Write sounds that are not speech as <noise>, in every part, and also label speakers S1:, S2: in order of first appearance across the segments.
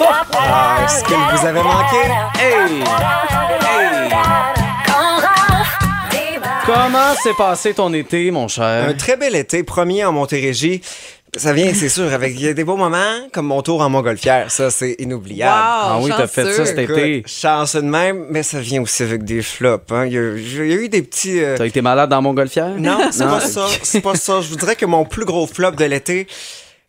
S1: Ah, Est-ce qu'elle vous avait manqué? Hey! Hey!
S2: Comment s'est passé ton été, mon cher?
S1: Un très bel été, premier en Montérégie. Ça vient, c'est sûr, avec il y a des beaux moments, comme mon tour en montgolfière. Ça, c'est inoubliable.
S2: ah oui, t'as fait ça cet été.
S1: Écoute, chanceux de même, mais ça vient aussi avec des flops. hein. Il, y a, il y a eu des petits... euh,
S2: T'as été malade dans Montgolfière?
S1: Non, c'est pas
S2: ok.
S1: ça. C'est pas ça. Je vous dirais que mon plus gros flop de l'été,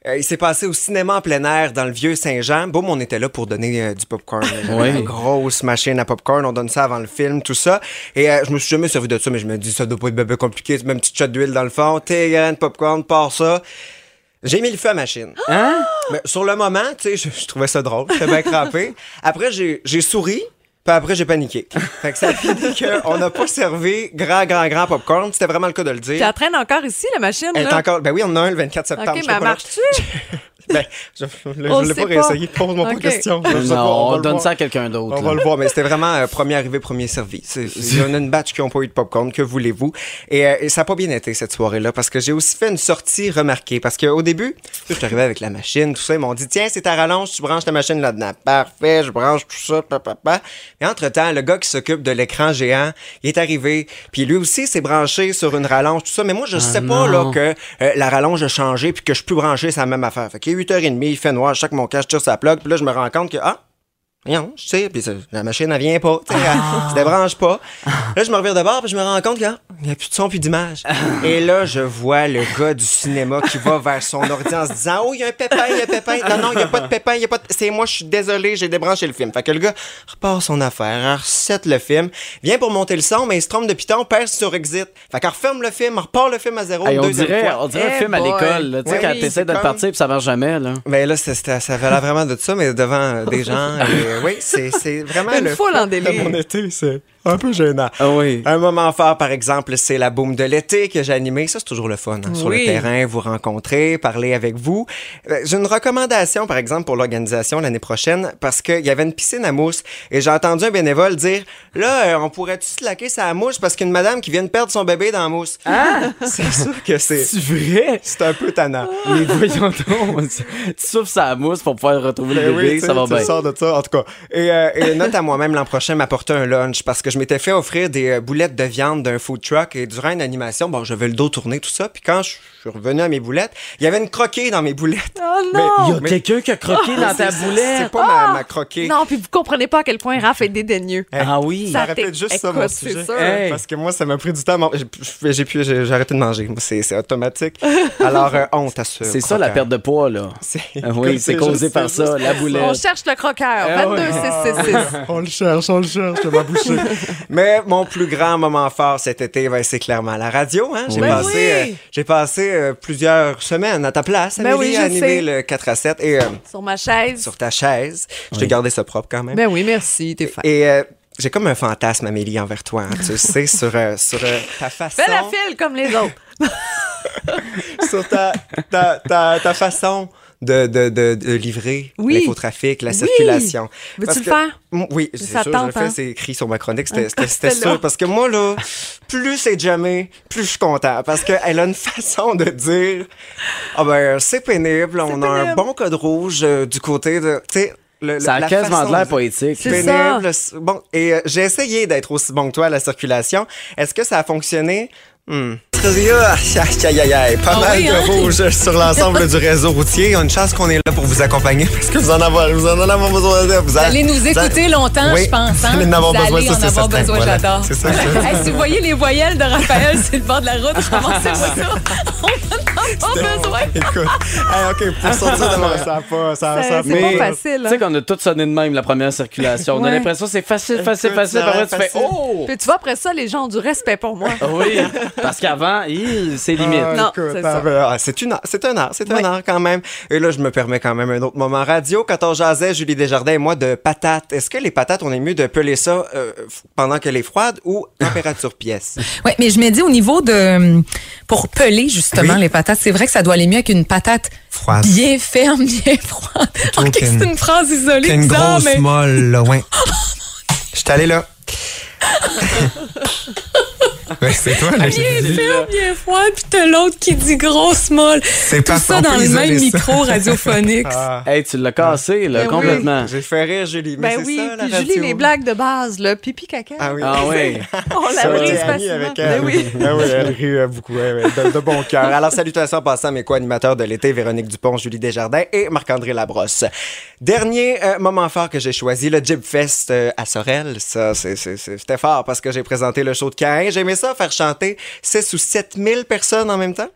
S1: euh, il s'est passé au cinéma en plein air dans le vieux Saint-Jean. Boum, on était là pour donner euh, du popcorn.
S2: Oui.
S1: Une grosse machine à popcorn. On donne ça avant le film, tout ça. Et euh, je me suis jamais servi de ça, mais je me dis, ça doit pas être bébé compliqué. Tu mets une petite shot d'huile dans le fond. T'es grain de popcorn, pars ça. J'ai mis le feu à la
S3: <gasps>
S1: machine.
S2: Hein?
S1: Mais sur le moment, tu sais, je, je trouvais ça drôle. J'étais bien crampé. Après, j'ai j'ai souri. Puis après, j'ai paniqué. Fait que ça a fini qu'on n'a pas servi grand, grand, grand popcorn. C'était vraiment le cas de le
S3: Tu
S1: dire.
S3: entraînes encore ici, la machine,
S1: Elle est
S3: là?
S1: encore. Ben oui, on en a un le 24 septembre.
S3: OK,
S1: je sais
S3: mais elle
S1: pas là.
S3: marche-tu?
S1: <laughs> Ben, je, je- je
S3: On
S1: voulais
S3: sait
S1: pas
S3: pas.
S1: réessayer. Pose-moi pas
S3: OK.
S1: de questions. Je sais pas,
S2: Non,
S1: va
S2: on
S1: le
S2: donne
S1: voir.
S2: ça à quelqu'un d'autre.
S1: On va
S2: là.
S1: le voir, mais c'était vraiment euh, premier arrivé, premier servi. C'est- Il y en a une batch qui n'ont pas eu de popcorn, que voulez-vous? Et, euh, et ça n'a pas bien été cette soirée-là, parce que j'ai aussi fait une sortie remarquée. Parce qu'au début, je suis arrivé avec la machine, tout ça. Ils m'ont dit, tiens, c'est ta rallonge, tu branches ta machine là-dedans. Parfait, je branche tout ça, papa. Mais entre-temps, le gars qui s'occupe de l'écran géant, il est arrivé. Puis lui aussi s'est branché sur une rallonge, tout ça. Mais moi, je sais pas là, que euh, la rallonge a changé, puis que je peux brancher sa même affaire. Fait qu'il est 8h30, il fait noir, chaque mon cas, je tire sa plug, puis là, je me rends compte que, ah, non, je sais, puis ça- la machine, elle vient pas. tu sais, Elle se débranche pas. Là, je me reviens de bord, puis je me rends compte qu'il n'y a plus de son, plus d'image. Et là, je vois le gars du cinéma qui va vers son ordi en se disant Oh, il y a un pépin, il y a un pépin. Non, non, il n'y a pas de pépin, il y a pas de. C'est moi, je suis désolé, j'ai débranché le film. Fait que le gars repart son affaire, reset le film, vient pour monter le son, mais il se trompe de piton, perd sur exit. Fait qu'il referme le film, repart le film à zéro.
S2: Hey, on,
S1: deuxième
S2: dirait,
S1: fois.
S2: on dirait un
S3: Eh
S2: film à
S3: boy.
S2: l'école. là, Tu sais,
S1: Oui,
S2: quand
S1: oui,
S2: t'essaies
S1: c'est
S2: de le
S1: comme-
S2: partir puis ça marche jamais. Là.
S1: Mais Ben là, c'est- c'était- ça valait vraiment de ça, mais devant euh, des gens.
S3: <laughs>
S1: euh, oui, c'est c'est vraiment
S3: Une
S1: le
S3: foule en
S1: flop de
S3: délire.
S1: mon été, c'est un peu gênant.
S2: Ah oui.
S1: Un moment fort, par exemple, c'est la boum de l'été que j'ai animée. Ça, c'est toujours le fun. hein. Sur le
S3: Oui.
S1: terrain, vous rencontrer, parler avec vous. Euh, J'ai une recommandation, par exemple, pour l'organisation l'année prochaine, parce qu'il y avait une piscine à mousse et j'ai entendu un bénévole dire Là, euh, on pourrait-tu se laquer sa mousse parce qu'une madame qui vient de perdre son bébé dans la mousse.
S3: Ah!
S1: <laughs> C'est sûr que c'est. <laughs>
S2: C'est vrai?
S1: C'est un peu tannant.
S2: Mais voyons donc. tu souffles sa mousse pour pouvoir retrouver le
S1: Ben oui,
S2: bébé,
S1: tu sais,
S2: ça va
S1: tu
S2: bien.
S1: sors de ça, en tout cas. Et, euh, et note à moi-même l'an prochain m'apporter un lunch parce que je m'étais fait offrir des euh, boulettes de viande d'un food truck et durant une animation, bon, j'avais le dos tourné, tout ça. Puis quand je suis revenu à mes boulettes, il y avait une croquée dans mes boulettes.
S3: Oh
S1: Mais-
S3: non! Ah!
S2: Il y a
S1: Mais-
S2: quelqu'un qui a croqué dans ta
S1: C'est- C'est
S2: boulette.
S1: pas ma, ma croquée.
S3: Non, puis vous comprenez pas à quel point Raph est dédaigneux.
S1: Eh,
S2: Ah oui.
S1: Ça
S3: Ça
S1: répète
S3: t'éc-
S1: juste ça, mon
S3: écoute, c'est
S1: sujet.
S3: sûr.
S2: Hey.
S1: Parce que moi, ça m'a pris du temps. à m'en- J'ai j'ai- j'ai pu- j'ai- j'ai arrêté de manger. Moi, C'est c'est
S3: <laughs>
S1: automatique. Alors, euh, honte à ce
S2: C'est ça la
S1: croquant.
S2: perte de poids, là.
S1: <laughs> C'est-
S2: Ah Oui, c'est causé
S1: juste-
S2: par
S1: c'est
S2: ça, la
S3: On
S2: boulette.
S3: cherche le croqueur.
S2: Eh oui.
S1: <laughs>
S3: 22666.
S1: On le cherche, on le cherche, je vais boucher. Mais mon plus grand moment fort cet été, ben, c'est clairement la radio. Hein? J'ai
S2: Oui.
S1: passé,
S3: Oui.
S1: euh, j'ai passé euh, plusieurs semaines à ta place,
S3: Ben
S1: Amélie,
S3: oui, je
S1: à animer
S3: sais.
S1: le 4 à 7 et euh,
S3: Sur ma chaise.
S1: sur ta chaise. Je t'ai gardé ça propre quand même.
S3: Ben oui, merci, t'es fan.
S1: Et euh, j'ai comme un fantasme, Amélie, envers toi. hein, tu le
S3: <laughs>
S1: sais, sur, euh, sur euh, ta façon...
S3: Fais la file comme
S1: <laughs>
S3: les autres.
S1: sur ta, ta, ta, ta façon de, de, de, de livrer
S3: Oui.
S1: l'infotrafic, la
S3: Oui.
S1: circulation.
S3: Veux-tu
S1: Parce
S3: le
S1: que-
S3: faire?
S1: Mm, Oui, c'est
S3: Ça
S1: sûr, je le
S3: tente,
S1: fais,
S3: hein?
S1: c'est écrit sur ma chronique, c'était- c'était c'était
S3: <laughs> C'était là.
S1: sûr. Parce que moi, là, plus c'est jamais, plus je suis content. Parce qu'elle a une façon de dire, ah ben, c'est pénible, on a un
S3: pénible.
S1: bon code rouge euh, du côté de, tu sais, le- le-
S2: Ça a
S1: la
S2: quasiment
S1: façon
S2: de l'air
S1: dire-
S2: poétique.
S3: C'est
S1: pénible. Bon, et euh, j'ai essayé d'être aussi bon que toi à la circulation. Est-ce que ça a fonctionné? Hmm. Aïe, aïe, aïe, aïe. Pas
S3: Ah
S1: mal
S3: oui,
S1: de
S3: hein?
S1: rouge <laughs> sur l'ensemble du réseau routier. On a une chance qu'on est là pour vous accompagner <laughs> parce que vous en avez, vous en avez besoin. Vous
S4: Vous allez nous écouter longtemps, je pense. Hein?
S1: Vous allez en avoir
S4: Vous
S1: besoin,
S4: allez
S1: ça,
S4: en
S1: c'est
S4: avoir
S1: certain.
S4: besoin,
S1: Voilà.
S4: j'adore.
S1: C'est ça.
S4: <laughs> Hey, si vous voyez les voyelles de Raphaël sur le bord de la route, je
S1: <laughs>
S4: commence à voir ça. On en a pas besoin.
S1: <laughs> Écoute, Hey, OK, pour sortir de moi, ça a pas... Ça, a-
S3: Ça-
S1: ça a
S3: c'est
S1: pas-
S3: pas
S2: Mais
S3: facile,
S2: Euh, tu
S3: hein.
S2: sais qu'on a tout sonné de même la première circulation. On a
S3: Ouais.
S2: l'impression que c'est facile, facile,
S1: Écoute,
S2: facile.
S1: ça
S2: Après,
S1: a
S2: tu
S1: l'air
S2: fais
S1: facile.
S2: Oh!
S3: Puis tu vois, après ça, les gens ont du respect pour moi.
S2: Ah Oui, parce qu'avant, hi, c'est limite.
S1: Ah,
S3: Non,
S1: écoute,
S3: c'est
S1: ah,
S3: ça.
S1: ben, ah, C'est une heure, c'est un art, c'est un
S3: Oui.
S1: art quand même. Et là, je me permets quand même un autre moment radio. Quand on jasait, Julie Desjardins et moi, de patates, est-ce que les patates, on est mieux de peler ça euh, f- pendant qu'elle est froide ou température pièce?
S4: Oui, mais je me dis au niveau de. hum, Pour peler, justement,
S1: Oui.
S4: les patates, c'est vrai que ça doit aller mieux qu'une patate
S1: Froide.
S4: bien ferme, bien froide.
S1: trouve
S4: Ok,
S1: qu'il y a
S4: c'est
S1: une-
S4: une phrase isolée, bizarre, mais.
S1: molle, là, ouais. Je allé là.
S5: Ouais, c'est toi, là,
S4: Bien
S5: j'ai dit.
S4: ferme, bien froid, puis t'as l'autre qui dit grosse molle.
S5: C'est
S4: Tout
S5: parce
S4: ça
S5: qu'on
S4: dans
S5: peut
S4: le
S5: isoler
S4: même
S5: ça.
S4: micro radiophonique.
S1: <laughs> Ah.
S2: Hey, tu l'as cassé, là,
S3: Ben oui.
S2: complètement.
S1: J'ai fait rire Julie, mais
S3: Ben
S1: c'est
S3: oui,
S1: ça, la
S3: puis Julie,
S1: radio.
S3: les blagues de base, le pipi caca.
S1: Ah oui.
S2: Ah oui.
S3: On la
S1: Ça,
S3: brise
S1: j'étais amie
S3: facilement.
S1: avec
S3: Ben
S1: elle.
S3: oui.
S1: <laughs> Ah oui, elle rit euh, beaucoup ouais, ouais, de, de bon cœur. Alors, salutations en passant à mes co-animateurs de l'été, Véronique Dupont, Julie Desjardins et Marc-André Labrosse. Dernier euh, moment fort que j'ai choisi, le Jib Fest euh, à Sorel. Ça, c'est- c'est- c'est- c'était fort parce que j'ai présenté le show de Caïn. J'aimais ça, faire chanter 6 ou 7 000 personnes en même temps.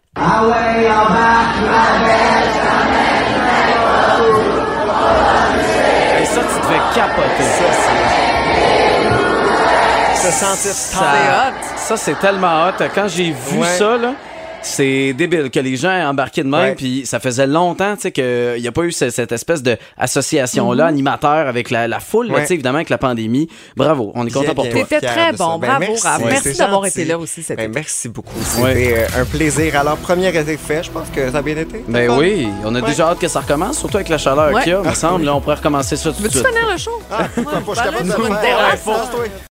S2: Hey, ça, tu devais capoter.
S1: Se sentir
S2: Ça, ça c'est tellement hot. Quand j'ai vu
S1: Ouais.
S2: ça, là, c'est débile que les gens aient embarqué de
S1: Ouais.
S2: même. Puis ça faisait longtemps, tu sais, qu'il n'y a pas eu ce- cette espèce de association
S3: Mm-hmm.
S2: là animateur avec la, la foule, là,
S1: Ouais.
S2: tu sais, évidemment, avec la pandémie. Bravo, on est content pour
S1: bien,
S2: toi.
S1: bien.
S3: T'étais
S1: Fier
S3: très
S1: de ça.
S3: bon.
S1: Ben,
S3: Bravo,
S1: merci.
S3: Raph.
S1: Ouais.
S3: Merci
S1: C'est
S3: d'avoir
S1: gentil.
S3: été là aussi cet
S1: Ben,
S3: été.
S1: merci beaucoup.
S2: Ouais.
S1: C'était euh, un plaisir. Alors, premier été fait, je pense que ça a bien été.
S2: Ben
S1: Bon.
S2: oui, on a
S1: Ouais.
S2: déjà hâte que ça recommence, surtout avec la chaleur
S3: Ouais.
S2: qu'il y a, me semble. Là, on pourrait recommencer ça tout de
S3: Veux-tu
S2: suite.
S3: finir le show?
S1: Ah,
S3: Ouais.
S1: pourquoi je suis
S3: Ben là,
S1: capable de
S3: sur
S1: le
S3: une
S1: faire?
S3: terrasse,
S1: Ouais, force-toi.